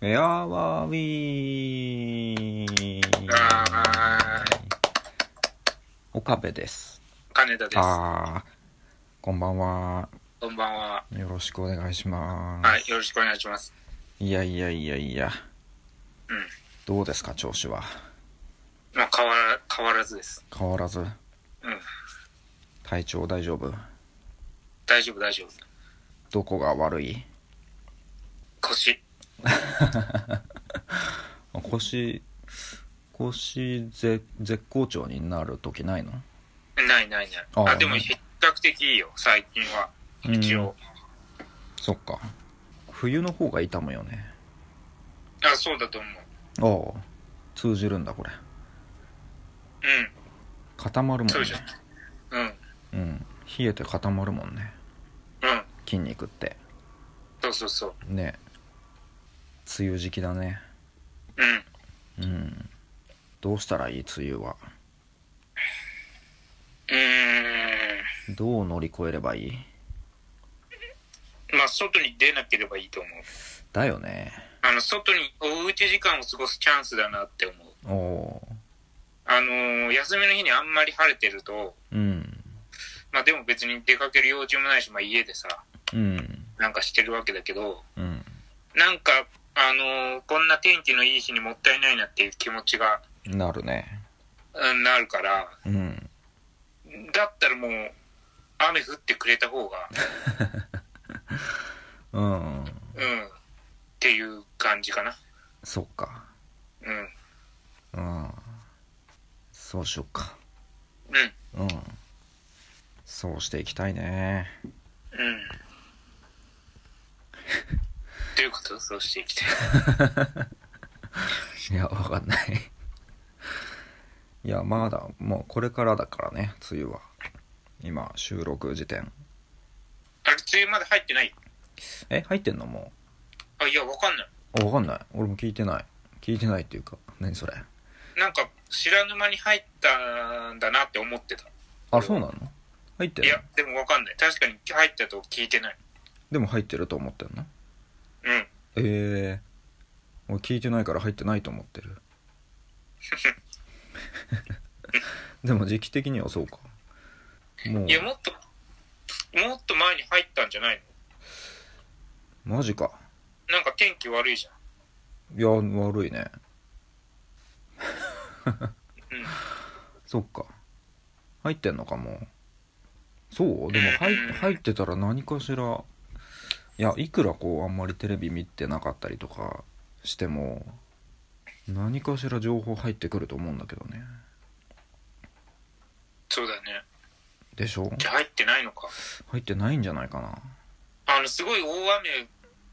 エアワーウィあー岡部です。金田です。あー、こんばんは。こんばんは。よろしくお願いします。はい、よろしくお願いします。いやいやいやいや。うんどうですか、調子は。まあ、変わら、変わらずです。変わらず。うん。体調大丈夫大丈夫、大丈夫。どこが悪い腰。腰、腰ぜ絶好調になる時ないのないないない。ああーでも、ない比較的いいよ、最近は。一応。そっか。冬の方が痛むよね。あ、そうだと思う。ああ、通じるんだ、これ。うん。固まるもんねそうじゃん。うん。うん冷えて固まるもんねうん。筋肉ってそうそうそう。ね梅雨時期だねううん。んどうしたらいい梅雨はうーどう乗り越えればいいん。まあ、外に出なければいいと思う。だよねあの、外に、おうち時間を過ごすチャンスだなってお思う。おあのー休みの日にあんまり晴れてると、ーうんまあでも別に出かける用事もないし、まあ家でさ、うんなんかしてるわけだけど、うんなんか、あのーこんな天気のいい日にもったいないなっていう気持ちが、なるねうん、なるから、うんだったらもう、雨降ってくれた方が、うんうん、っていう感じかな。そっかうん、うん、うんそうしよっかうんそうしていきたいねうん。どういうことそうしていきたい。いやわかんない いやまだもうこれからだからね梅雨は今収録時点あれ、梅雨まで入ってないえ入ってんのもあ、いや、わかんない。うあわかんない俺も聞いてない聞いてないっていうか何それなんか、知らぬ間に入ったんだなって思ってた。あそうなの入っているのや、でもわかんない。確かに入ったと聞いてない。でも入ってると思ってんのうん。ええ俺聞いてないから入ってないと思って る でも時期的にはそうかもういや、もっと、もっと前に入ったんじゃないマジかのなんか天気悪いじゃん。いや悪いねうんそっか入ってんのかもうそうでも入うん入ってたら何かしらいやいくらこうあんまりテレビ見てなかったりとかしても何かしら情報入ってくると思うんだけどねそうだね。でしょじゃあ入ってないのか。入ってないんじゃないかなあの、すごい大雨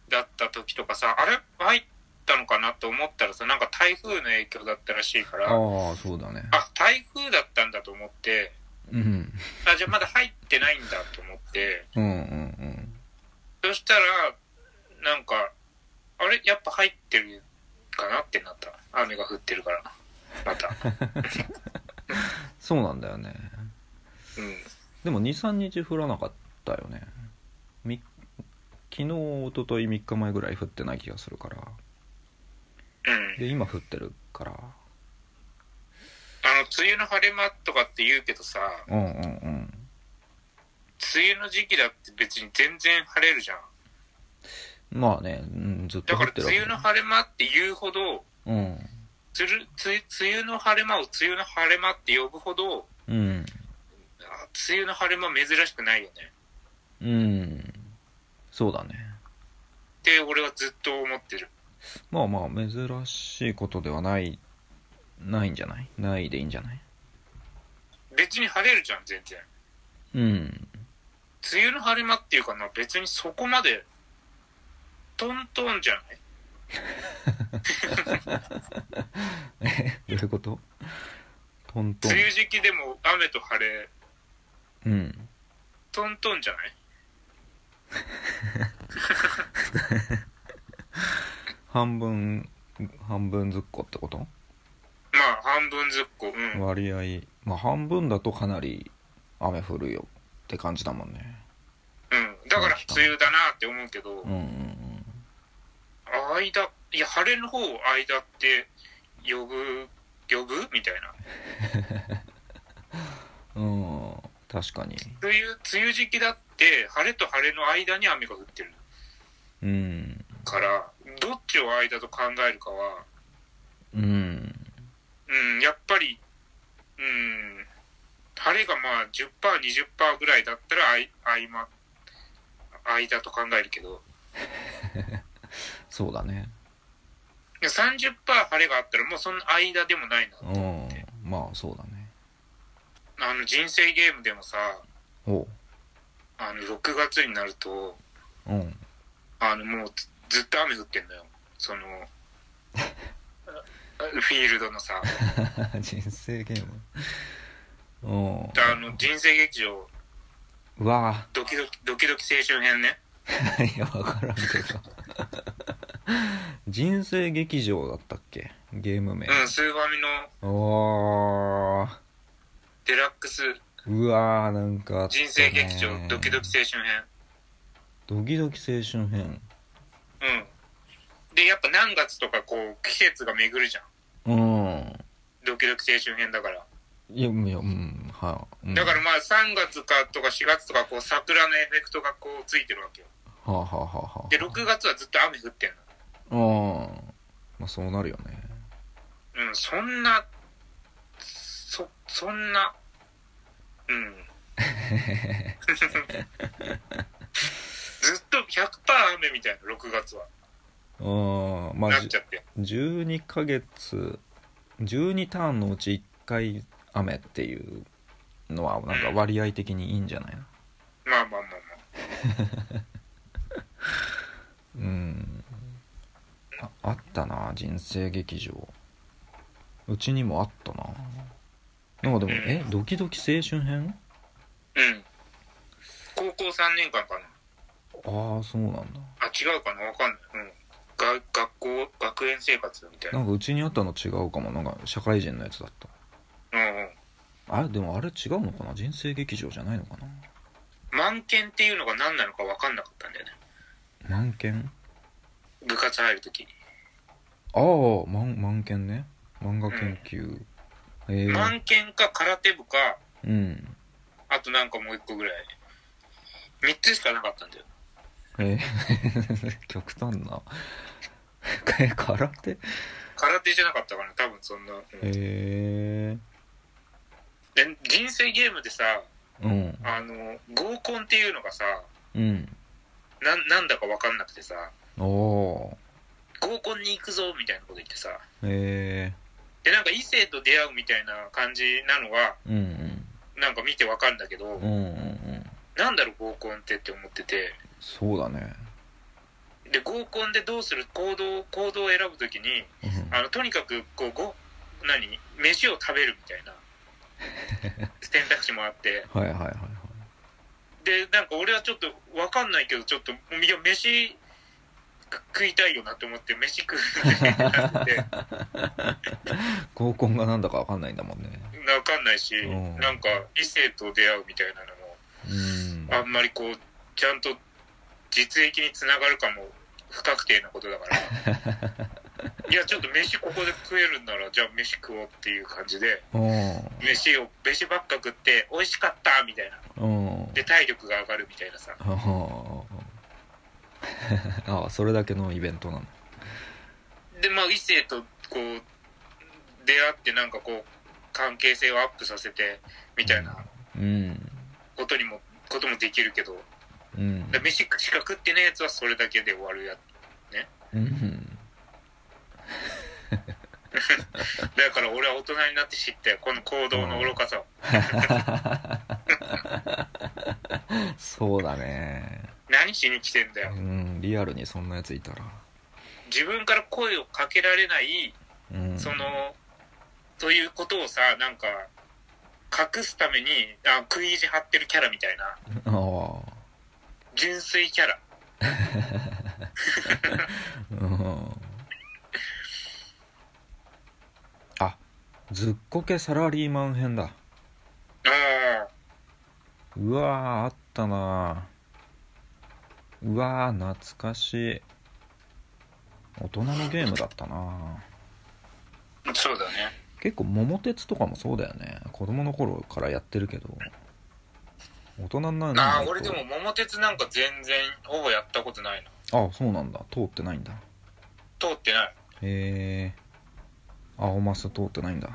だった時とかさ、あれ入ったのかなって思ったらさ、なんか台風の影響だったらしいから、あああそうだね台風だったんだと思って、うんあ、じゃあまだ入ってないんだと思って、うんうんうんそしたら、なんか、あれやっぱ入ってるかなってなった。雨が降ってるから。ま た。そうなんだよねうん。でも23日降らなかったよねみ昨日一昨日3日前ぐらい降ってない気がするからうん。で今降ってるからあの、梅雨の晴れ間とかって言うけどさ、うんうんうん梅雨の時期だって別に全然晴れるじゃん。まあね、うん、ずっとだ降かっらてる梅雨の晴れ間って言うほど、うんつる梅梅雨の晴れ間を梅雨の晴れ間って呼ぶほど、うんあ梅雨の晴れ間珍しくないよね。うんそうだねって俺はずっと思ってる。まあまあ珍しいことではないないんじゃないないでいいんじゃない別に晴れるじゃん、全然。うん梅雨の晴れ間っていうかな、別にそこまで、トントンじゃないどういうことトントン梅雨時期でも雨と晴れ、うんトントンじゃない半分半分ずっこってことまあ、半分ずっこ、うん。割合まあ半分だとかなり雨降るよって感じだもんねうん。だから梅雨だなって思うけど、うんうんうん間、いや、晴れの方を間って呼ぶ、呼ぶみたいな。うん確かに梅雨、梅雨時期だって、晴れと晴れの間に雨が降ってるうんから、どっちを間と考えるかは、うんうん、やっぱり、うん、晴れがまあ10%、20%ぐらいだったら、あい合間、間と考えるけど、そうだねいや30%晴れがあったらもうその間でもないなとう思んって。まあそうだねあの人生ゲームでもさ、おうあの6月になると、うん あのもうずずっと雨降ってんのよ。その、あフィールドのさ、人生ゲームうんあの人生劇場、うわドキドキ、ドキドキ青春編ね。あ いや分からんけど 人生劇場だったっけゲーム名うん、スーファミのおーデラックスうわーなんかあったね人生劇場ドキドキ青春ドキドキ青春編編。うん。で、やっぱ何月とかこう季節が巡るじゃん。うんドキドキ青春編だから。いやいやうんはい、うんだからまあ3月かとか4月とかこう桜のエフェクトがこうついてるわけよ。はあ、はあはあはあ、で、6月はずっと雨降ってんうんまあそうなるよねの。うん、そんな、そ、そんな、うん。ずっと100%雨みたいな、6月は。うんまあなっちゃって。じゅ12ヶ月12ターンのうち1回雨っていうのはなんか割合的にいいんじゃないのまあまあまあまうんああったな人生劇場うちにもあったななんかでもえドキドキ青春編あ。うん。高校3年間かな。ああそうなんだあ、違うかなわかんない。うん。が学校、学園生活みたいなな。んかうちにあったの違うかもなんか社会人のやつだったうんうん。あれでもあれ違うのかな人生劇場じゃないのかな満研っていうのが何なのかわかんなかったんだよね。満研部活入るとき。ああ満満研ね漫画研究、ええ満研か空手部か、うんあとなんかもう一個ぐらい。三つしかなかったんだよ。えー 極端なえ空手へ空手じゃなかったかな、多分そんな。うんえで人生ゲームでさ、うんあの、合コンっていうのがさ、うんな、なんだかわかんなくてさ、おお合コンに行くぞみたいなこと言ってさ、えで、なんか異性と出会うみたいな感じなのは、えー、うんなんか見てわかるんだけど、うんうんうんうんなんだろう合コンってって思ってて、そうだねで、合コンでどうする行動、行動を選ぶときに、うんあの、とにかく、こう、ご、何飯を食べるみたいな 選択肢もあって。はいはいはいはいで、なんか俺はちょっとわかんないけど、ちょっと、いや、飯く食いたいよなと思って、飯食うみたいにな ってて、合コンがなんだかわかんないんだもんねわかんないし、うんなんか異性と出会うみたいなのも、うんあんまりこう、ちゃんと実益につながるかも不確定なことだから。 いや、ちょっと飯ここで食えるんなら、じゃあ飯食おうっていう感じで。うん飯を飯ばっか食って美味しかったみたいなうんで体力が上がるみたいなさあ あああそれだけのイベントなのでまあ異性とこう出会ってなんかこう関係性をアップさせてみたいなうんことにもこともできるけどうんで飯しか食ってないやつはそれだけで終わるやうんだから俺は大人になって知ったよこの行動の愚かさをそうだね何しに来てんだうよんリアルにそんなやついたら自分から声をかけられないうんそのということをさなんか隠すためにあ食い意地張ってるキャラみたいなあ純粋キャラあうんあずっこけサラリーマン編だああうわーあったなうわー懐かしい大人のゲームだったなそうだね。結構桃鉄とかもそうだよね子供の頃からやってるけど大人になるなあ、俺でも桃鉄なんか全然ほぼやったことないな。あそうなんだ通ってないんだ通ってない。へえ青マス通ってないんだ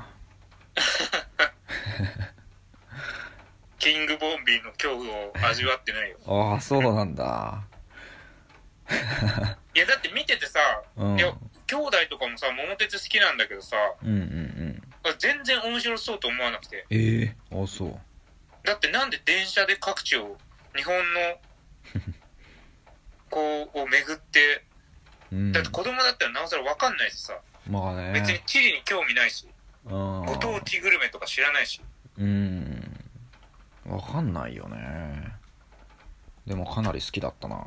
キングボンビーの恐怖を味わってないよ。ああそうなんだいや、だって見ててさ、うんうんいや、兄弟とかもさ、桃鉄好きなんだけどさ、うんうん全然面白そうと思わなくて。ええあそうだってなんで電車で各地を、日本 の、こう、を巡って、うんだって子供だったらなおさらわかんないしさ、まあ別にね地理に興味ないし、うんご当地グルメとか知らないし。うんわかんないよねでもかなり好きだったな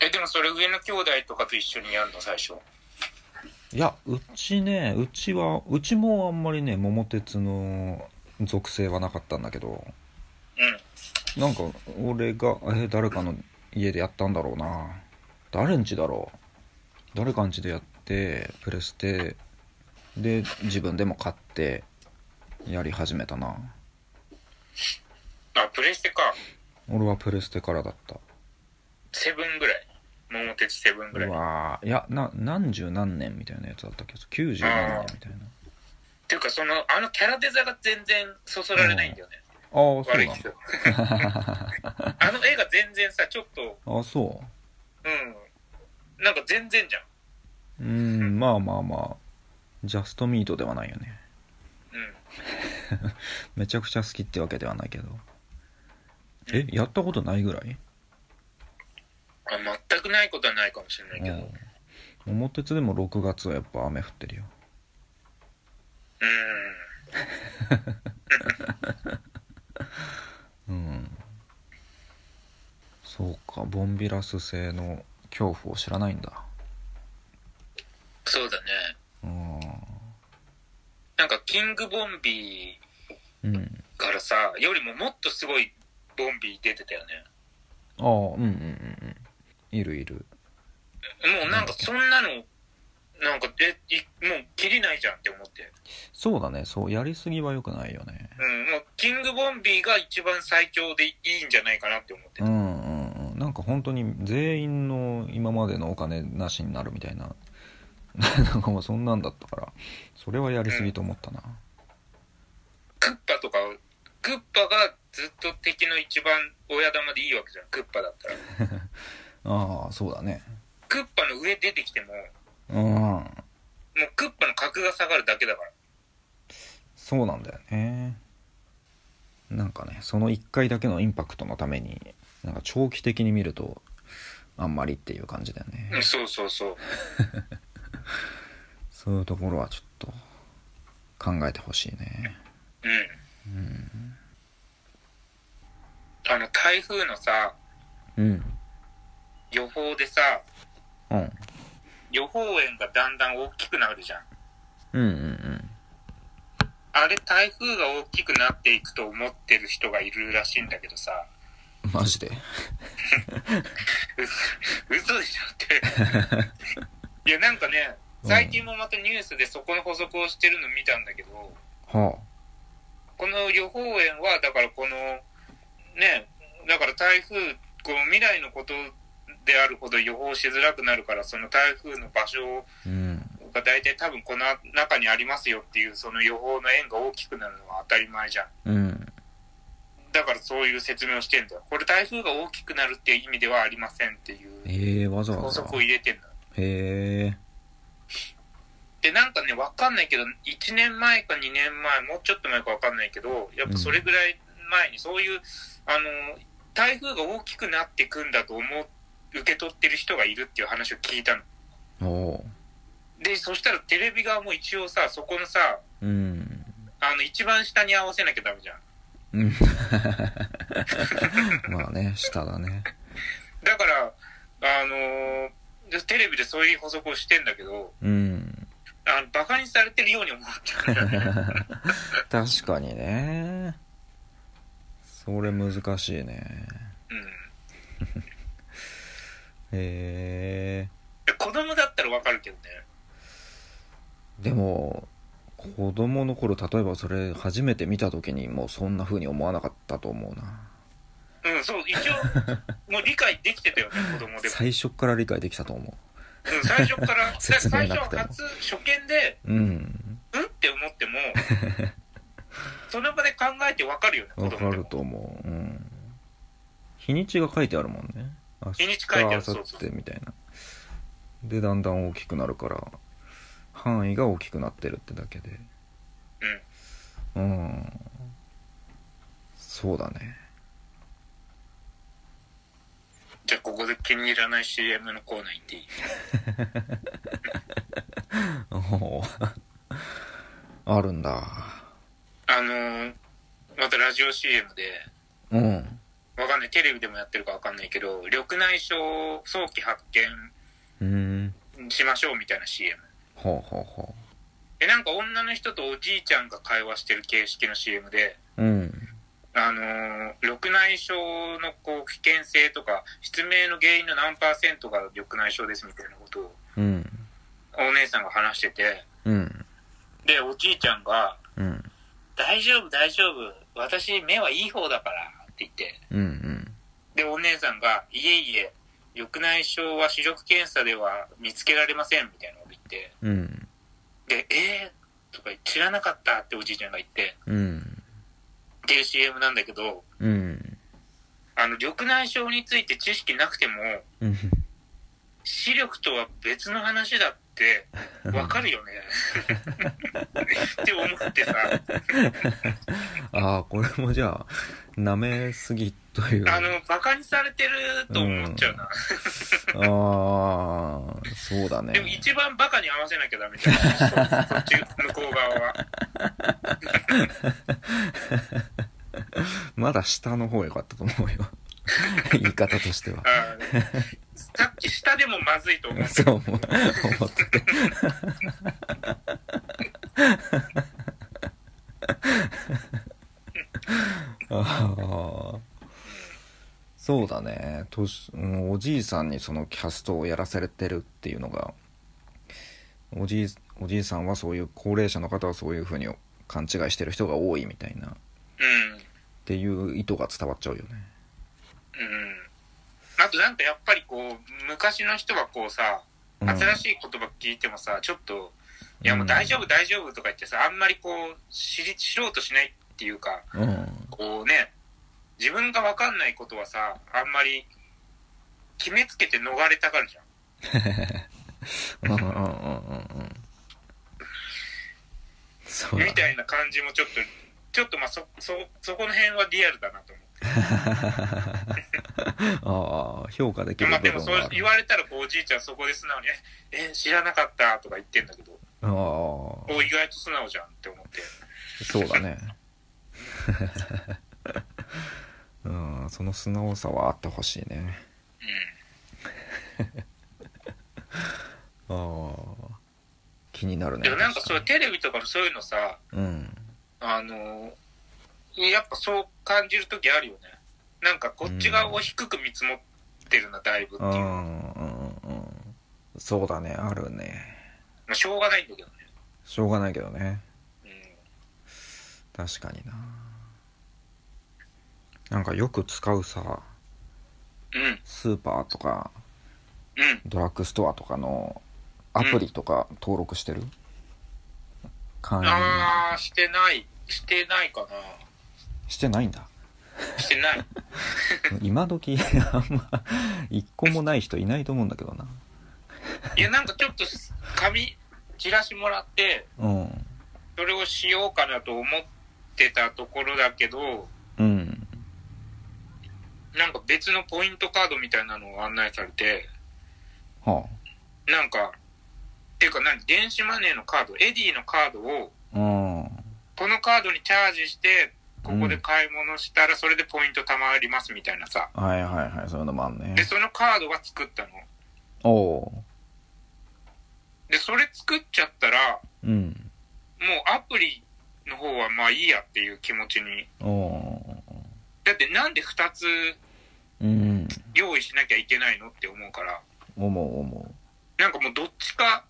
え、でもそれ上の兄弟とかと一緒にやるの、最初。いやうちねうちはうちもあんまりね桃鉄の属性はなかったんだけどうん。なんか俺がえ誰かの家でやったんだろうな誰ん家だろう誰かん家でやってプレステで自分でも買ってやり始めたなあ、プレステか。俺はプレステからだったセブンぐらい。桃鉄セブンぐらうい。っわーいやな何十何年みたいなやつだったっけ90何年みたいなていうか、その、あのキャラデザが全然そそられないんだよね。ああーそう悪なんだいけ ど。あの絵が全然さ、ちょっと、あーそううん。なんか全然じゃん。うーんまあまあまあジャストミートではないよねうん。めちゃくちゃ好きってわけではないけどえやったことないぐらいあ全くないことはないかもしれないけど。うん。桃鉄でも6月はやっぱ雨降ってるようんそうかボンビラス製の恐怖を知らないんだそうだね。うんなんか、キングボンビうんーからさ、よりももっとすごいボンビー出てたよね。ああうんうんうんうんいるいるもうなんかそんなの、なんか、え、いもう切りないじゃんって思って。そうだねそうやりすぎは良くないよねうん、もうキングボンビーが一番最強でいいんじゃないかなって思ってうた。んうんうんなんか本当に全員の今までのお金なしになるみたいな なんかもうそんなんだったからそれはやりすぎと思ったなクッパとかを、クッパがずっと敵の一番親玉でいいわけじゃん、クッパだったら。ああそうだねクッパの上出てきても、うんもうクッパの格が下がるだけだから。そうなんだよねなんかねその1回だけのインパクトのためになんか長期的に見るとあんまりっていう感じだよね、うん、そうそうそう。そういうところはちょっと考えてほしいねうん。あの、台風のさ、うん予報でさ、うん予報円がだんだん大きくなるじゃん。うんうんあれ、台風が大きくなっていくと思ってる人がいるらしいんだけどさ、うんマジでう 嘘でしょって。いや、なんかね、最近もまたニュースでそこの補足をしてるの見たんだけど、はこの予報円は、だからこの、ね、だから台風、この未来のことであるほど予報しづらくなるから、その台風の場所あうんが大体多分この中にありますよっていう、その予報の円が大きくなるのは当たり前じゃん。うんだからそういう説明をしてんだよ。これ台風が大きくなるっていう意味ではありませんっていえうえわざわ法ざ則を入れてんだ。へえで、なんかね、わかんないけど、1年前か2年前、もうちょっと前かわかんないけど、やっぱそれぐらい前にそういう、あの、台風が大きくなってくんだと思う、受け取ってる人がいるっていう話を聞いたの。おおで、そしたらテレビ側も一応さ、そこのさ、ううんあの、一番下に合わせなきゃダメじゃん。うん まあね下だねだから、あの、でテレビでそういう補足をしてんだけど、うん あの、バカにされてるように思っちゃうんだよね。確かにねそれ難しいねうんへえらわかるけどね。でも子供の頃例えばそれ初めて見た時にもうそんな風に思わなかったと思うなうん、そう、一 応、もう理解できてたよね、子供でも。最初から理解できたと思うん、最初 から、だから説明最初なくても初、初見で、ううんうんって思っても、 その場で考えてわかるよね、子わか供でるも。と思う、うん、日にちが書いてあるもんね明日日にち書いてある明そう後そう日みたいなでだんだん大きくなるから範囲が大きくなってるってだけでうんそうだね じゃあ、ここで気に入らない CM のコーナー行っていいおーあるんだあのー、またラジオ CM で、うんわかんない、テレビでもやってるかわかんないけど、緑内障早期発うん見しましょうみたいな CM。ほうほうほで、なんか女の人とおじいちゃんが会話してる形式の CM で、ううんあのー緑内障のこう危険性とか、失明の原因の何パーセントが緑内障ですみたいなことをうんお姉さんが話してて、うんで、おじいちゃんが、うん大丈夫大丈夫、私目はいい方だからって言って、うんうんで、お姉さんが、いえいえ、緑内障は視力検査では見つけられませんみたいなこと言って、うんで、えーとか知らなかったっておじいちゃんが言って、うんっていう CM なんだけど、うんあの、緑内障について知識なくても、うん視力とは別の話だ って、わかるよね。って思ってさ、ああこれもじゃあ舐めすぎというあの、馬鹿にされてると思っちゃうな。ああそうだねでも一番馬鹿に合わせなきゃダメじゃん。そっち、向こう側は。まだ下の方が良かったと思う よ言い方としてはあーさっき下でもまずいと思 う。そう思う思っててああそうだね年うんおじいさんにそのキャストをやらされてるっていうのがおじいおじいさんはそういう高齢者の方はそういうふうに勘違いしてる人が多いみたいなっうん。ていう意図が伝わっちゃうよねうんあとなんかやっぱりこう、昔の人はこうさ、うん新しい言葉聞いてもさ、ちょっと、いやもう大丈夫大丈夫とか言ってさ、あんまりこう、知り、知ろうとしないっていうか、うんこうね、自分がわかんないことはさ、あんまり、決めつけて逃れたがるじゃん。うんうんうんうんうんそうだねみたいな感じもちょっと、ちょっとまあそ、そ、そこの辺はリアルだなと思って。ああ評価できるまあで部も分そうがあ言る、われたらこうおじいちゃんそこで素直に、え、え知らなかったとか言ってんだけど、ああお意外と素直じゃんって思って。そうだね うんその素直さはあってほしいねうん。ああ気になるねでもなんかそういう確テレビとかのそういうのさ、にうんあのーやっぱそう感じるときあるよね。なんかこっち側を低く見積もってるな、だいぶってういんう。うまんうんうんそうだねあるねあ、しょうがないんだけどね。しょうがないけどねうん。確かにななんかよく使うさうん。スーパーとかうん。ドラッグストアとかのアプリとか登録してる、会員あー、してない。してないかな。してないんだしてない。 今時 あんま一個もない人いないと思うんだけどないや、なんかちょっと紙、チラシもらって、うんそれをしようかなと思ってたところだけど、うんなんか別のポイントカードみたいなのを案内されて、はなんか、っていうか何電子マネーのカード、エディのカードを、あうんこのカードにチャージして、ここで買い物したらそれでポイント貯まりますみたいなさ。はいはいはいそういうのもあんねで、そのカードが作ったの。おおで、それ作っちゃったら、もううんうアプリの方はまあいいやっていう気持ちに。おおだってなんで2つうん用意しなきゃいけないのって思うから。思う思なんかもうどっちか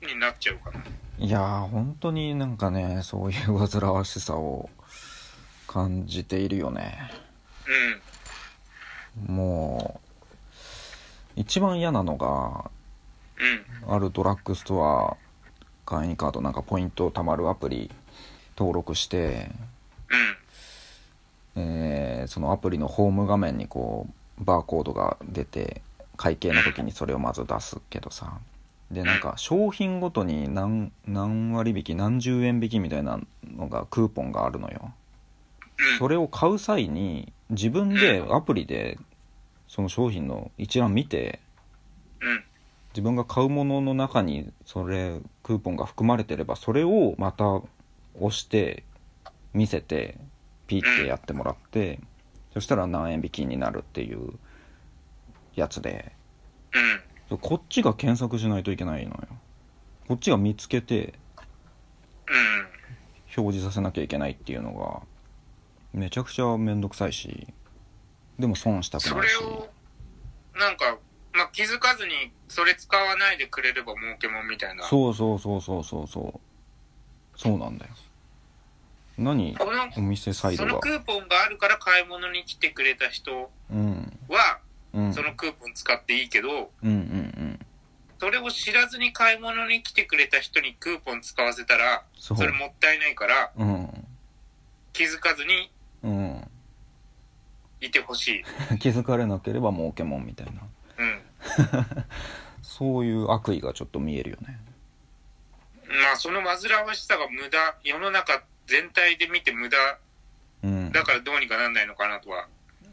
になっちゃうかな。いやー本当になんかねそういう煩わしさを感じているよねうん。もう一番嫌なのがうん。あるドラッグストア会員カードなんかポイントを貯まるアプリ登録して、うん。えーそのアプリのホーム画面にこうバーコードが出て会計の時にそれをまず出すけどさでなんか商品ごとに何何割引何十円引きみたいなのがクーポンがあるのようん。それを買う際に自分でアプリでその商品の一覧見てうん。自分が買うものの中にそれクーポンが含まれてればそれをまた押して見せてピッてやってもらってそしたら何円引きになるっていうやつでうん。こっちが検索しないといけないのよこっちが見つけてうん。表示させなきゃいけないっていうのがめちゃくちゃめんどくさいしでも損したくそないしれを、なんか、まあ、気づかずに、それ使わないでくれれば儲けもんみたいな。そうそうそうそうそうそうそうなんだよ何この、お店サイドそのがクーポンがあるから買い物に来てくれた人うんは、うんそのクーポン使っていいけど、うんうんそれを知らずに買い物に来てくれた人にクーポン使わせたら、そうそれもったいないから、うん気づかずにうんいてほし い。気づかれなければ儲けもんみたいなうん。そういう悪意がちょっと見えるよねまあ、その煩わしさが無駄、世の中全体で見て無駄うんだからどうにかなんないのかなとは。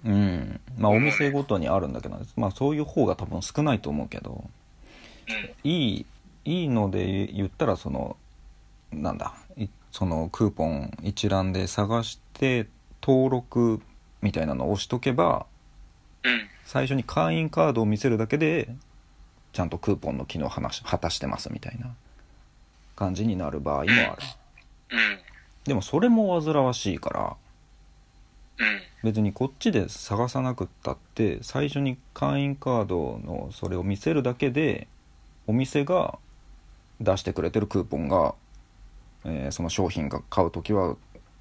うんまあお店ごとにあるんだけどまあそういう方が多分少ないと思うけどうん。いいいいので言ったらそのなんだいそのクーポン一覧で探して登録みたいなのを押しとけばうん。最初に会員カードを見せるだけでちゃんとクーポンの機能を話し果たしてますみたいな感じになる場合もあるうん。でもそれも煩わしいからうん。別にこっちで探さなくったって最初に会員カードのそれを見せるだけでお店が出してくれてるクーポンが、えーその商品が買う時は、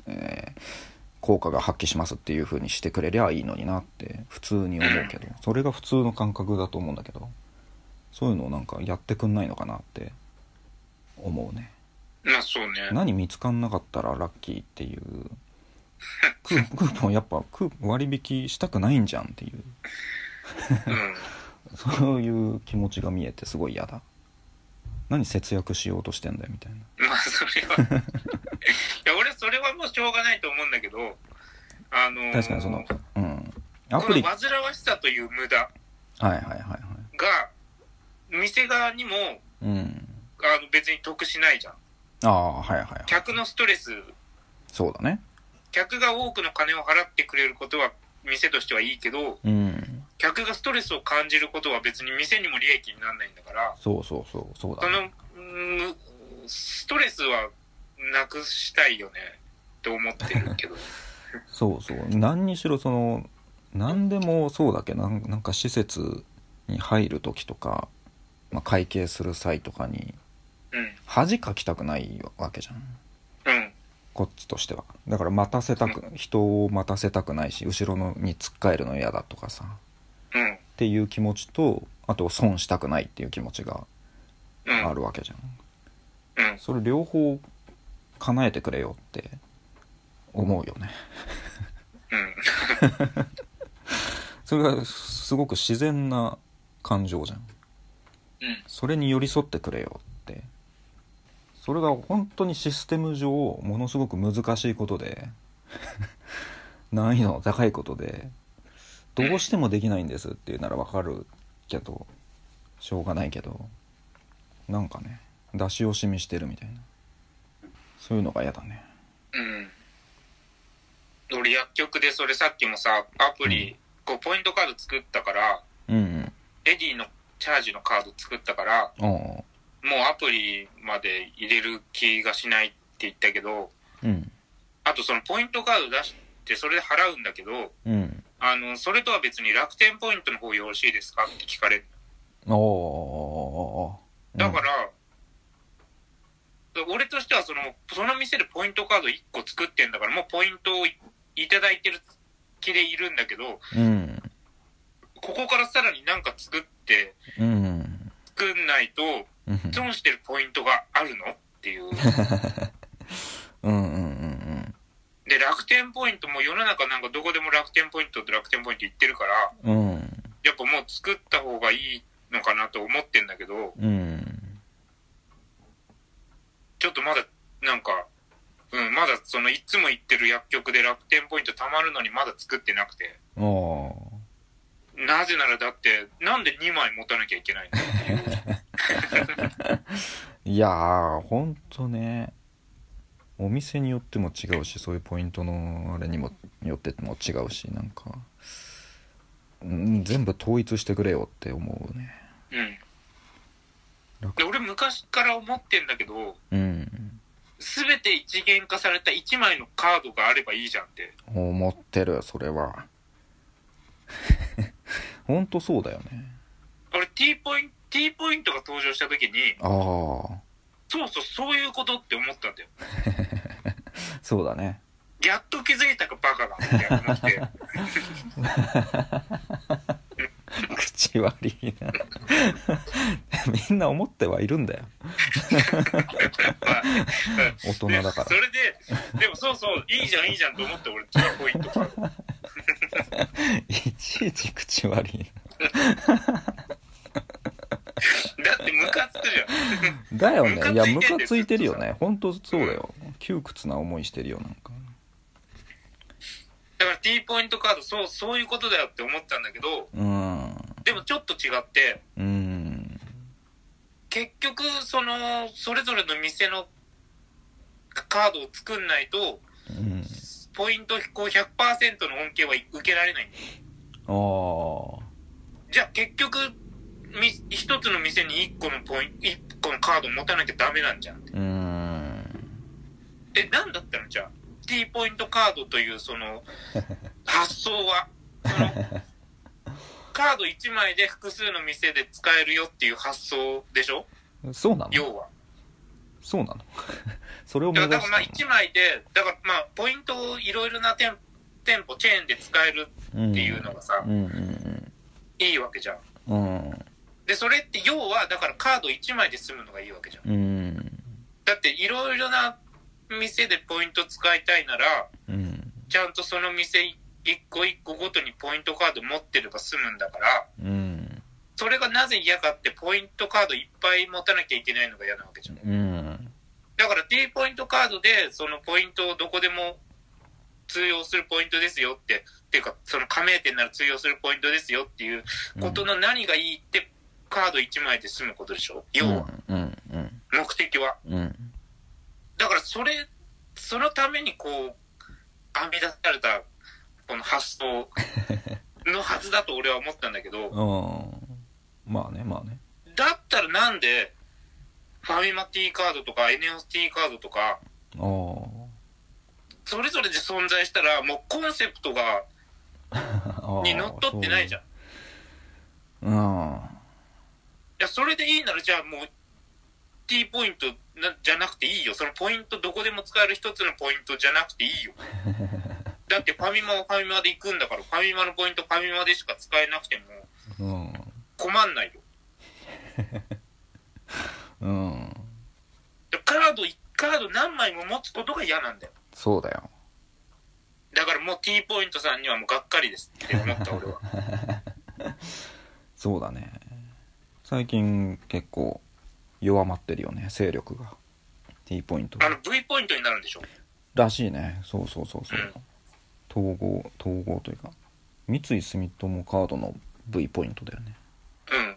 えー効果が発揮しますっていう風にしてくれりゃいいのになって普通に思うけどそれが普通の感覚だと思うんだけどそういうのをなんかやってくんないのかなって思うね。まあそうね。何見つかんなかったらラッキーっていうクー クーポンやっぱクーポン割引したくないんじゃんっていううん。そういう気持ちが見えてすごい嫌だ何節約しようとしてんだよみたいなまあそれ は。いや、俺それはもうしょうがないと思うんだけど、あのー確かにそのうんアこプのリはい煩わしさという無駄はいはいはいが、店側にも、うんあの別に得しないじゃん。ああはいはいはい客のストレス、そうだね客が多くの金を払ってくれることは店としてはいいけど、うん客がストレスを感じることは別に店にも利益にならないんだから、そうそうそうそうだそねの、むストレスはなくしたいよね、と思ってるけど。そうそう何にしろその何でもそうだけどなんなんか施設に入る時とか、まあ、会計する際とかにうん。恥かきたくないわけじゃんうん。こっちとしてはだから待たせたく人を待たせたくないし後ろのに突っかえるの嫌だとかさうん。っていう気持ちとあと損したくないっていう気持ちがうん。あるわけじゃんうん。それ両方叶えてくれよって思うよねうん。それがすごく自然な感情じゃんうん。それに寄り添ってくれよってそれが本当にシステム上ものすごく難しいことで 難易度の高いことでどうしてもできないんですっていうならわかるけどしょうがないけどなんかね出し惜しみしてるみたいなそういうのが嫌だねうん。俺薬局でそれさっきもさ、アプリ、こうポイントカード作ったから、うんレディのチャージのカード作ったから、うんああもうアプリまで入れる気がしないって言ったけど、うんあとそのポイントカード出してそれで払うんだけど、うんあの、それとは別に楽天ポイントの方よろしいですかって聞かれる。あああああああだから、俺としてはその、その店でポイントカード1個作ってんだから、もうポイントをいいただいてる気でいるんだけど、うんここからさらになんか作って、うん作んないと、うん損してるポイントがあるのっていう。うんうんうんで、楽天ポイントも世の中なんかどこでも楽天ポイントって楽天ポイント言ってるから、うんうんやっぱもう作った方がいいのかなと思ってんだけど、うんちょっとまだ、なんか、うん、まだその、いつも行ってる薬局で楽天ポイント貯まるのにまだ作ってなくて。ああなぜならだって、なんで2枚持たなきゃいけないのいやーほんとねお店によっても違うしそういうポイントのあれにもよっても違うしなんか、うん、全部統一してくれよって思うねうん。楽で、俺昔から思ってんだけど、うんすべて一元化された1枚のカードがあればいいじゃんって。思ってるそれは ほんとそうだよね俺 T ポイント、T ポイントが登場した時に、ああそうそう、そういうことって思ったんだよ。そうだねやっと気づいたかバカがって思って。口悪いな みんな思ってはいるんだよまあ 大人だからでそれで、でもそうそう、いいじゃんいいじゃんと思って俺 T ポイントカード。いちいち口悪いなだってムカつくじゃん。だよねいやムムカカつついいててるるよよねほんとそうだよ窮屈な思いしてるよなんかだから T ポイントカード、そう、そういうことだよって思ったんだけど、うんでもちょっと違って、うん結局、その、それぞれの店のカードを作んないと、うんポイント飛行100%の恩恵は受けられないんだよあじゃあ結局、み一つの店に一個のポイント、一個のカード持たなきゃダメなんじゃん。あうんえ、なんだったのじゃあ、T ポイントカードというそ の、発想は、その、カード1枚で複数の店で使えるよっていう発想でしょそうなの要は。そうなのそれを目だから指だからまあし1枚で、だからまあ、ポイントをいろいろな店店舗、チェーンで使えるたのっていうのがさう、んうんいいわけじゃん。うんうんで、それって要は、だからカード1枚で済むのがいいわけじゃん。うんだっていろいろな店でポイント使いたいなら、うんちゃんとその店一個一個ごとにポイントカード持ってれば済むんだから、うんそれがなぜ嫌かってポイントカードいっぱい持たなきゃいけないのが嫌なわけじゃん。うんだから T ポイントカードでそのポイントをどこでも通用するポイントですよって、っていうかその加盟店なら通用するポイントですよっていうことの何がいいってカード1枚で済むことでしょ要は、うんうん目的は。うんだからそれ、そのためにこう、編み出されたこの発想のはずだと俺は思ったんだけど、うんまあねまあねだったらなんで、ファミマ T カードとか、エネオス T カードとか、ああそれぞれで存在したら、もうコンセプトが、ああにのっとってないじゃん。いそううんや、それでいいなら、じゃあもう、T ポイントなじゃなくていいよ。そのポイントどこでも使える一つのポイントじゃなくてい いよ。だってファミマはファミマで行くんだから、ファミマのポイントファミマでしか使えなくてもうん困んないよ。うんだからカード、カード何枚も持つことが嫌なんだよ。そうだよだからもう T ポイントさんにはもうがっかりですって思っ た俺は。そうだね最近結構弱まってるよね勢力が T ポイントあの V ポイントになるんでしょらしいねそうそうそうそう統合統合というか三井住友カードの V ポイントだよねうん。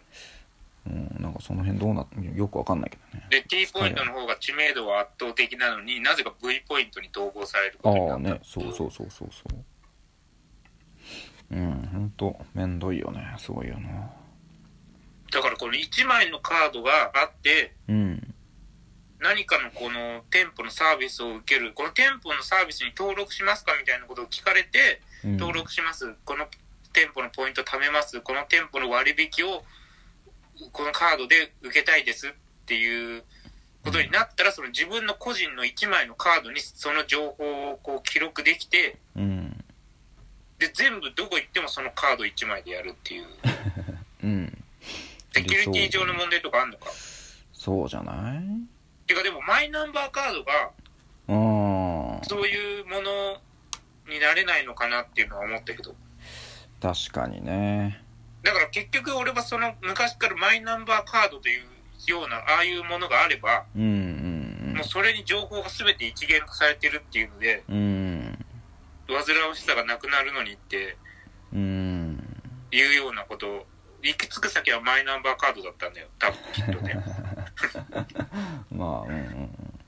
うんなんかその辺どうなってよくわかんないけどねで、T ポイントの方が知名度は圧倒的なのに、なぜか V ポイントに統合されることにあなあった。ねそうそうそうそうそううんほんとめんどいよねそういうのだからこの1枚のカードがあって、うん何かのこの店舗のサービスを受ける、この店舗のサービスに登録しますかみたいなことを聞かれて、うん登録します。この店舗のポイント貯めます。この店舗の割引を、このカードで受けたいですっっていうことになったら、その自分の個人の1枚のカードにその情報をこう記録できて、うんで、全部どこ行ってもそのカード1枚でやる っていう。うんセキュリティ上の問題とかあんのか。そうじゃないてかでもマイナンバーカードがうんそういうものになれないのかなっていうのは思ったけど。確かにねだから結局俺はその昔からマイナンバーカードというような、ああいうものがあれば、うんうんもうそれに情報が全て一元化されてるっていうので、うんうん煩わしさがなくなるのにってうんいうようなことを、行き着く先はマイナンバーカードだったんだよ、多分きっ とね。まあうんうん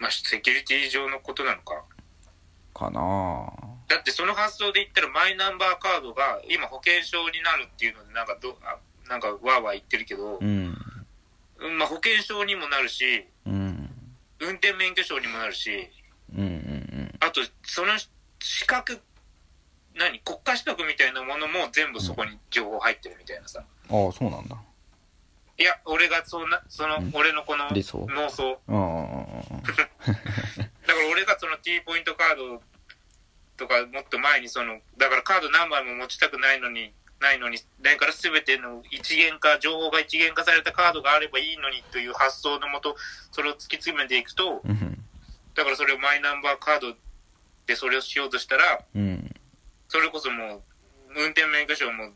まあ、セキュリティ上のことなのか。かなだってその発想で言ったらマイナンバーカードが今保険証になるっていうのでなんかど、あなんかわーわー言ってるけどう、んうんまあ、保険証にもなるし、うん運転免許証にもなるし、うんうんうんあとその資格、何国家資格みたいなものも全部そこに情報入ってるみたいなさ。ああそうなんだいや、俺がそんな、そのうん、俺のこの理想妄想。うんうんうんうんだから俺がその T ポイントカードとかもっと前にその、だからカード何枚も持ちたくないのに、ないのに、だから全ての一元化、情報が一元化されたカードがあればいいのにという発想のもと、それを突き詰めていくと、うんだからそれをマイナンバーカードでそれをしようとしたら、うんそれこそもう、運転免許証も、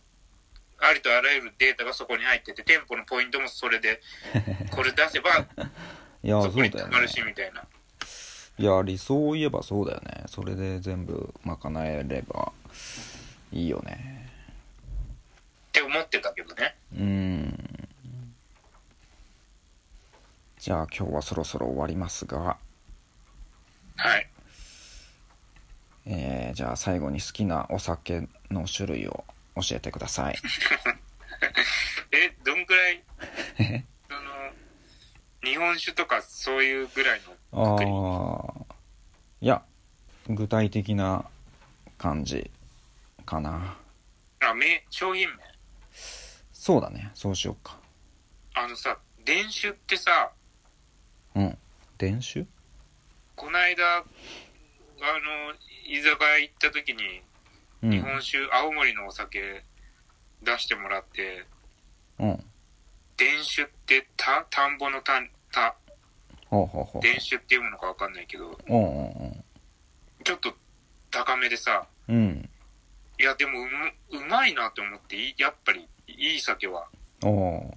ありとあらゆるデータがそこに入ってて、店舗のポイントもそれ で、これ出せば、いやそそうこだによたねまるし、みたいな。いや理想を言えばそうだよねそれで全部賄えればいいよねって思ってたけどね。うんじゃあ今日はそろそろ終わりますが、はい。えーじゃあ最後に好きなお酒の種類を教えてくださいえ、どんく らい、その、日本酒とかそういうぐらいあのあくくりいや具体的な感じかなあ、名、商品名。そうだねそうしようかあのさ、電酒ってさ、うん電酒こないだ、あの、居酒屋行った時に、う日ん本酒、青森のお酒出してもらって、うん電酒って田、田んぼの田、田、ほうほうほう電酒って読むのかわかんないけど、うんうんちょっと高めでさ、うんうんいや、でもうむ、うまいなと思って、いやっぱり、いい酒は。おー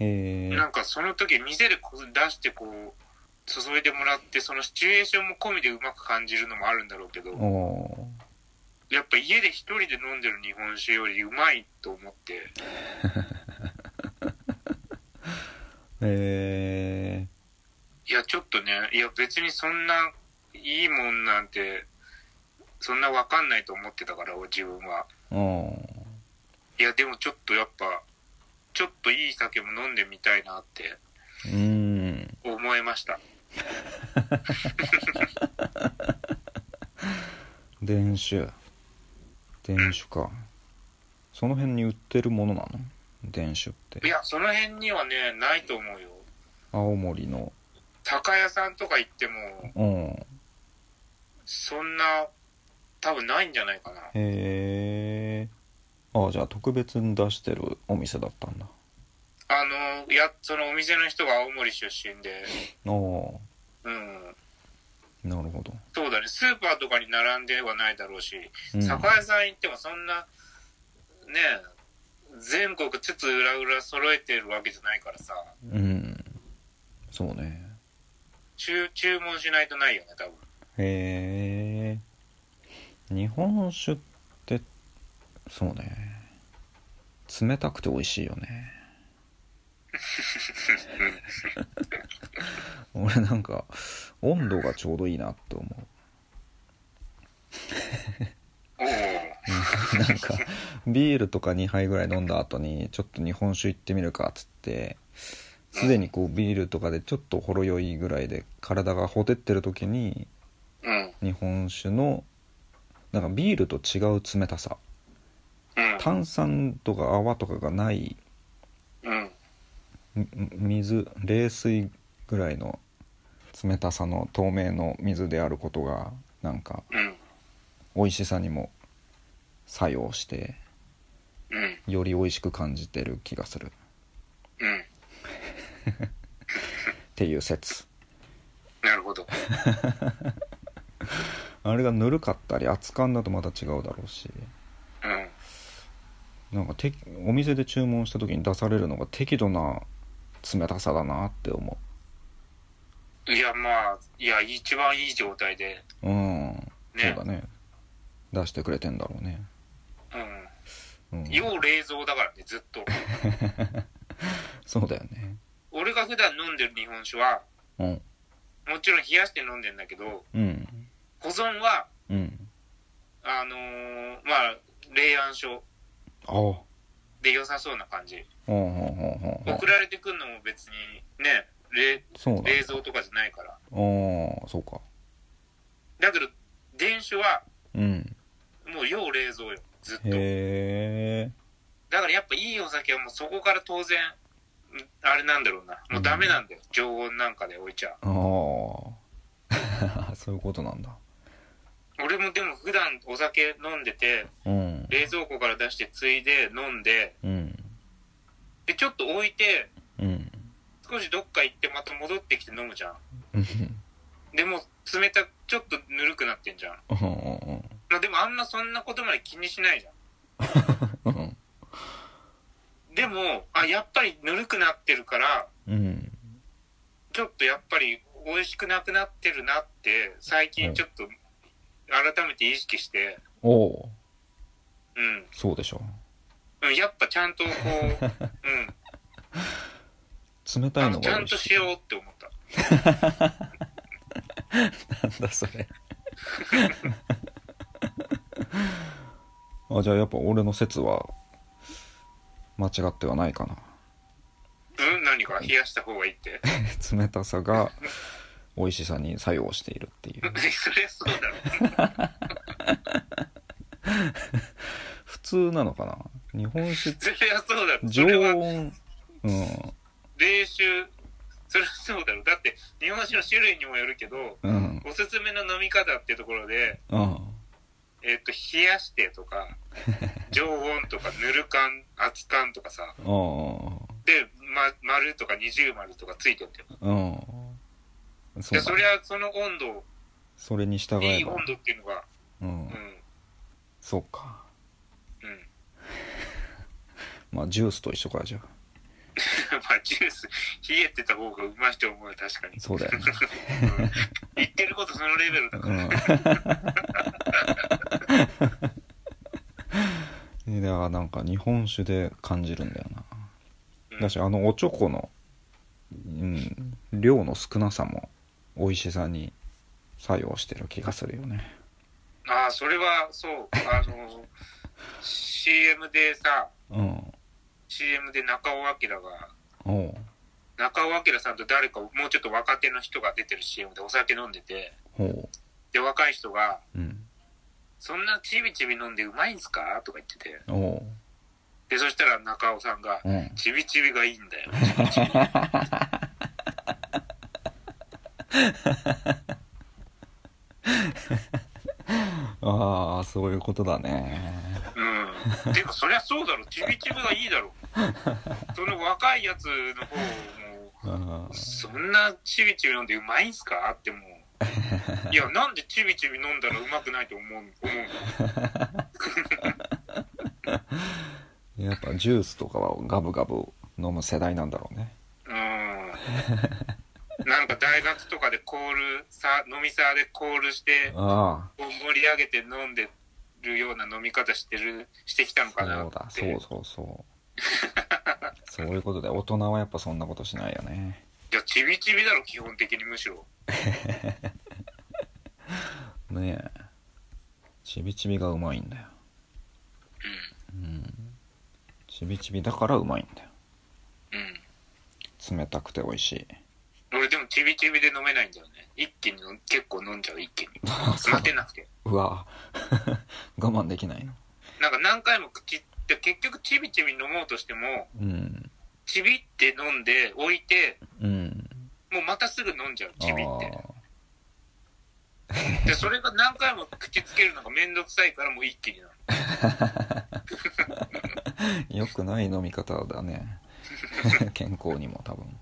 えーなんかその時店でこう出してこう注いでもらってそのシチュエーションも込みでうまく感じるのもあるんだろうけどおやっぱ家で一人で飲んでる日本酒よりうまいと思ってーえいやちょっとねいや別にそんないいもんなんてそんなわかんないと思ってたから自分はーおーいやでもちょっとやっぱちょっといい酒も飲んでみたいなってうーん思いました電酒電酒かその辺に売ってるものなの電酒っいてやその辺にはねないと思うよ青森の高屋さんとか行ってもうんへそんな多分ないんじゃないかなえああじゃあ特別に出してるお店だったんだあの、いや、そのお店の人が青森出身で、おうん。あなるほど、そうだね、スーパーとかに並んではないだろうし、うん、酒屋さん行ってもそんな、ねえ、全国つつ裏裏揃えてるわけじゃないからさ、うんそうね注注文しないとないよね、多分。へえ日本酒ってそうね冷たくて美味しいよね俺なんか温度がちょうどいいなって思うおお。なんかビールとか2杯ぐらい飲んだ後にちょっと日本酒行ってみるかっつってすでにこうビールとかでちょっとほろ酔いぐらいで体がほてってる時にうん。日本酒のなんかビールと違う冷たさうん。炭酸とか泡とかがないうん。み水冷水ぐらいの冷たさの透明の水であることがなんかうん。美味しさにも作用してうん。より美味しく感じてる気がするうん。っていう説なるほど。あれがぬるかったり熱燗だとまた違うだろうしうん。なんかてお店で注文した時に出されるのが適度な冷たさだなって思いや、まあ、いや、一番いい状態で。ううん、そねうだね出してくれてんだろうね、うん。うん、要冷蔵だからね、ずっと。そうだよね俺が普段飲んでる日本酒は、うんもちろん冷やして飲んでんだけど、うん保存は、うんあのーまあ、冷暗所ああほで良さそうな感じ。うほうほうほうほう送られてくるのも別に、ね、冷そうだね冷蔵とかじゃないから。ああそうかだけど、電酒は、うんもう要冷蔵よ、ずっと。へえだからやっぱいいお酒はもうそこから当然、うんあれなんだろうな。もうダメなんだよ。常温なんかで置いちゃああ そういうことなんだう。俺もでも普段お酒飲んでて、うん冷蔵庫から出してついで飲んで、うんで、ちょっと置いて、うん少しどっか行ってまた戻ってきて飲むじゃん。うんでもう冷た、ちょっとぬるくなってんじゃん。うんまあでもあんまそんなことまで気にしないじゃうんん。でも、あ、やっぱりぬるくなってるから、うんちょっとやっぱり美味しくなくなってるなって、最近ちょっと改めて意識して、おおうん。そうでしょうん、やっぱちゃんと こう、うん、冷たあいののちゃが美ん味とししいようって思った。なんだそれ あじゃあやっぱ俺の説は間違ってはないかなうん何か冷やした方がいいって。 冷たさが美味しさに作用しているっていうそりゃそうだろ。普通なのかな日本酒そりゃそうだろ。常それは温うん冷酒、そりゃそうだろ。だって、日本酒の種類にもよるけど、うんおすすめの飲み方ってところで、うんえっ、と、冷やしてと か、常温とか、ぬる感、熱感とかさ、うんで、ま、丸とか二重丸とかついてるんだよ。うんそで、うだそりゃその温度、それに従いえいば温度っていうのが、ううんん、そうかうん。まあジュースと一緒かじゃあ まあ、ジュース、冷えてた方がうまいと思うよ、確かに。そうだよねうん言ってることそのレベルだかうら。んいやだからなんか 日本酒で感じるんだよなうんだしあのおちょこの、うん、量の少なさも美味しさに作用してる気がするよねああ、それは、そう、あの、CM でさ、うん CM で中尾明が、おう中尾明さんと誰か、もうちょっと若手の人が出てる CM でお酒飲んでて、ほうで、若い人が、うんそんなちびちび飲んでうまいんすかとか言ってて、おうで、そしたら中尾さんが、うんちびちびがいいんだよ。ああそういうことだねうん。てか、そりゃそうだろ。ちびちびがいいだろ。その若いやつの方も、うんそんなちびちび飲んでうまいんすかってもう。いや、なんでちびちび飲んだらうまくないと思う思うやっぱジュースとかはガブガブ飲む世代なんだろうねのうん。なんか大学とかでコール、さ飲みサーでコールして、あこう盛り上げて飲んでるような飲み方してる、してきたのあかなそうっだて。そうそうそう そういうことで大人はやっぱそんなことしないよねいや、ちびちびだろ、基本的にむしろ。ねえちびちびがうまいんだようんちびちびだからうまいんだようん。冷たくて美味しい俺でもちびちびで飲めないんだよね一気に飲ん結構飲んじゃう一気にあそう待てなくて うわ 我慢できないのなんか何回も口って結局ちびちび飲もうとしてもうんちびって飲んで置いて、うんもうまたすぐ飲んじゃう、あちびって。で、それが何回も口つけるのがめんどくさいからもう一気になる。あよくない飲み方だね 健康にも多分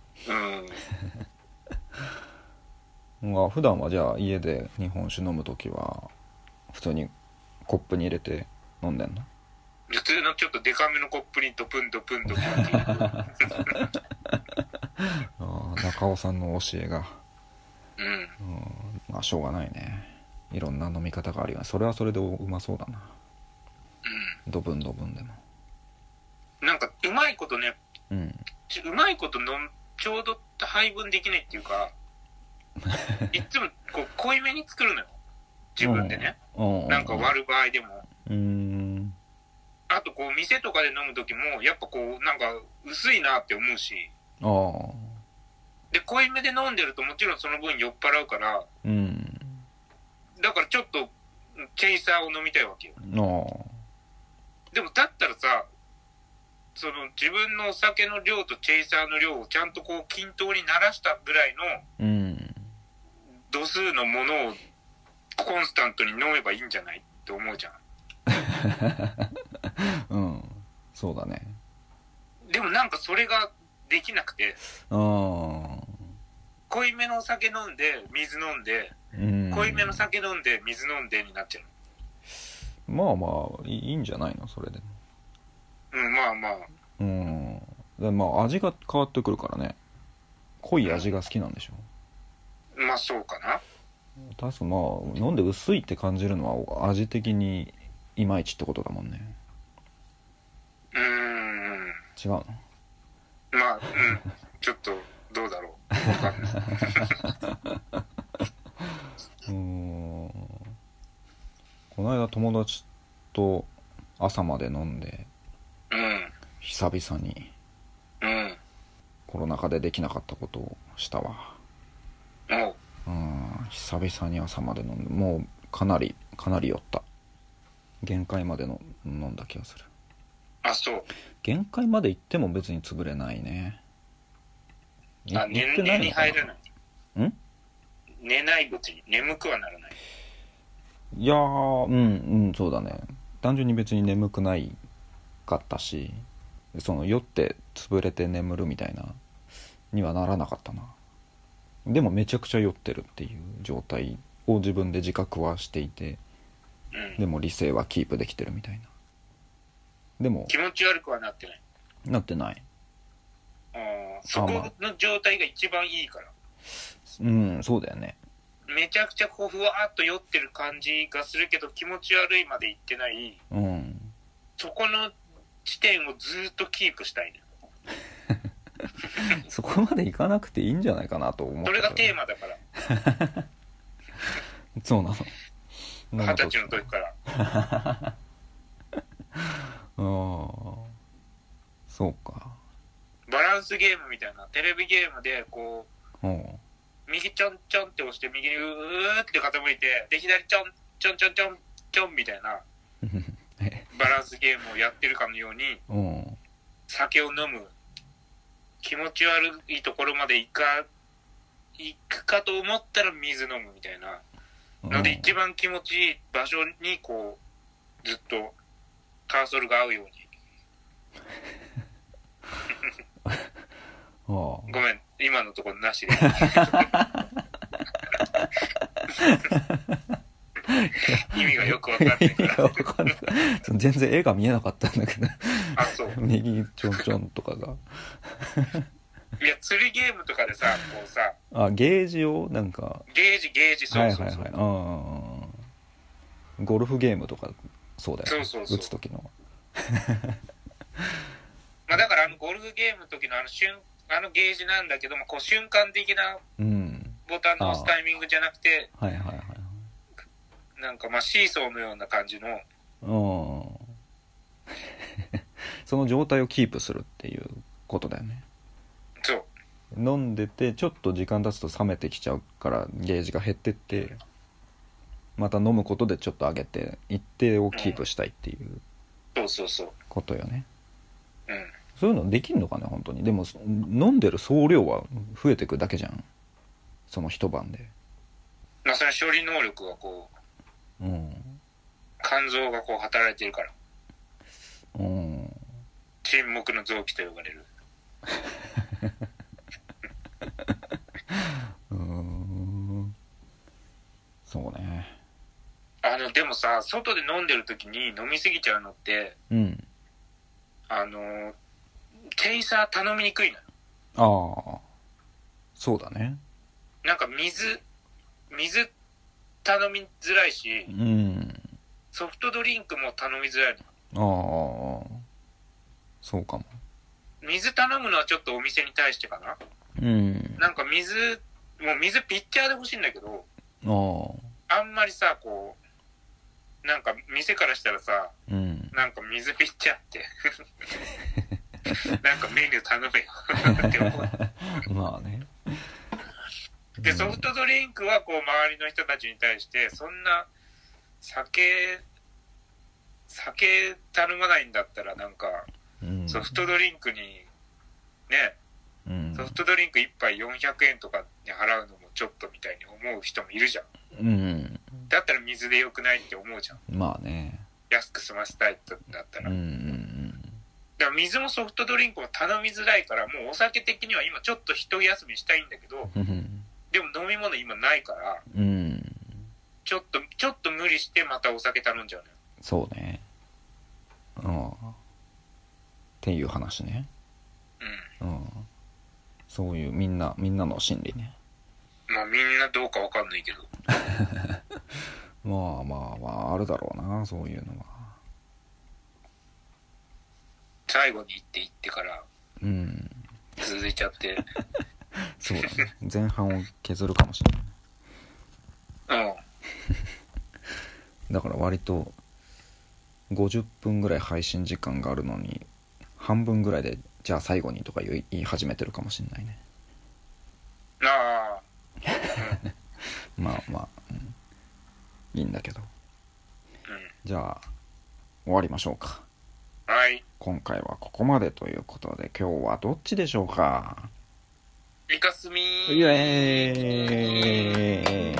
うん。まあ普段はじゃあ家で日本酒飲む時は普通にコップに入れて飲んでんの普通のちょっとデカめのコップにドプンドプンドプンっていう。ああ中尾さんの教えが、うん。うん、まあしょうがないねいろんな飲み方があるよねそれはそれでうまそうだなドブンドブンでもうん。なんか、うまいことね、うんちうまいこと飲んちょうど配分できないっていうか、いっつもこう濃いめに作るのよ。自分でね。うんなんか割る場合でも。うーんあとこう店とかで飲む時も、やっぱこうなんか薄いなって思うし、ああで、濃いめで飲んでるともちろんその分酔っ払うから、うんだからちょっとチェイサーを飲みたいわけよ。ああでもだったらさ、その自分のお酒の量とチェイサーの量をちゃんとこう均等にならしたぐらいのうん度数のものをコンスタントに飲めばいいんじゃないって思うじゃん。うんそうだねでもなんかそれができなくて、ああ濃いめのお酒飲んで、水飲んで、うん濃いめの酒飲んで、水飲んでになっちゃう。まあまあいいいんじゃないのそれでうん、まあまあ。うんでまあ味が変わってくるからね濃い味が好きなんでしょまあそうかな。確かまあ飲んで薄いって感じるのは味的にいまいちってことだもんねうーん。違うのまあ、うん。ちょっと、どうだろう。わかんない。うーんこの間友達と朝まで飲んで久々にうん。うん。コロナ禍でできなかったことをしたわもう。うん久々に朝まで飲んでもうかなりかなり酔った限界までの飲んだ気がするあ、そう。限界まで行っても別に潰れないねいあ、行寝って寝のにかな入らない。ん寝ない別に。眠くはならない。いやーうんうんそうだね単純に別に眠くないかったしその酔って潰れて眠るみたいなにはならなかったなでもめちゃくちゃ酔ってるっていう状態を自分で自覚はしていてうん。でも理性はキープできてるみたいなでも気持ち悪くはなってない。なってないあーそこの状態が一番いいから。うんそうだよねめちゃくちゃこう、ふわーっと酔ってる感じがするけど、気持ち悪いまでいってない。うんそこの地点をずーっとキープしたいね。そこまで行かなくていいんじゃないかなと思ってそれがテーママだから。そうなの二十歳の時から。ああそうかバランスゲームみたいな。テレビゲームで、こう、うん右ちょんちょんって押して、右にうーって傾いて、で、左ちょん、ちょんちょんちょん、ちょんみたいな。えバランスゲームをやってるかのようにうん酒を飲む気持ち悪いところまで行か行くかと思ったら水飲むみたいなうんので一番気持ちいい場所にこうずっとカーソルが合うようにあごめん今のところなし で意味がよくわかんなあ意いか味らが分かんないその全然絵が見えなかったんだけど あそう右ちょんちょんとかがいや釣りゲームとかでさこうさあゲージをなんかゲージゲージそはういそうそはう、いはいああゴルフゲームとかそうだよねそうそうそう打つ時のまあ、だからあのゴルフゲームの時のあの瞬あのゲージなんだけどもこう瞬間的なうんボタンの押すタイミングじゃなくてはいはいはいなんかまあシーソーのような感じのうん その状態をキープするっていうことだよねそう飲んでてちょっと時間経つと冷めてきちゃうからゲージが減ってってまた飲むことでちょっと上げて一定をキープしたいっていうそうそうそうことよねうんそういうのできんのかね本当にでもそ飲んでる総量は増えてくだけじゃんその一晩でまあそれは処理能力がこう、うん肝臓がこう働いてるから、うん沈黙の臓器と呼ばれる。うーんそうねあの、でもさ、外で飲んでる時に飲みすぎちゃうのって、うんあの、店員さん頼みにくいのよ。ああそうだねなんか水、水頼みづらいしう、んソフトドリンクも頼みづらいの。ああそうかも水頼むのはちょっとお店に対してかな。うんなんか水、もう水ピッチャーで欲しいんだけど、あああんまりさ、こう、なんか店からしたらさ、うんなんか水ピッチャーって、なんかメニュー頼めよって思 う。まあねで、ソフトドリンクはこう周りの人たちに対して、そんな酒、酒頼まないんだったらなんか、うんソフトドリンクに、ね、うんソフトドリンク1杯400円とかに払うのもちょっとみたいに思う人もいるじゃん。うんだったら水でよくないって思うじゃん。まあね安く済ませたいってなったうら。んうだんから水もソフトドリンクも頼みづらいから、もうお酒的には今ちょっと一休みしたいんだけど、うんうんでも飲み物今ないから、うんちょっと、ちょっと無理してまたお酒頼んじゃうのよ。そうねうんっていう話ねうんそういうみんなみんなの心理ねうん。まあみんなどうかわかんないけど。まあまあまああるだろうなそういうのは最後に行って行ってからうん続いち ゃって。そうだね前半を削るかもしれないうん。だから割と50分ぐらい配信時間があるのに半分ぐらいでじゃあ最後にとか言い言い始めてるかもしれないねなあ、まあまあ、うんいいんだけどうじゃあ終わりましょうかん。はい。今回はここまでということで今日はどっちでしょうかイカスミイエーイ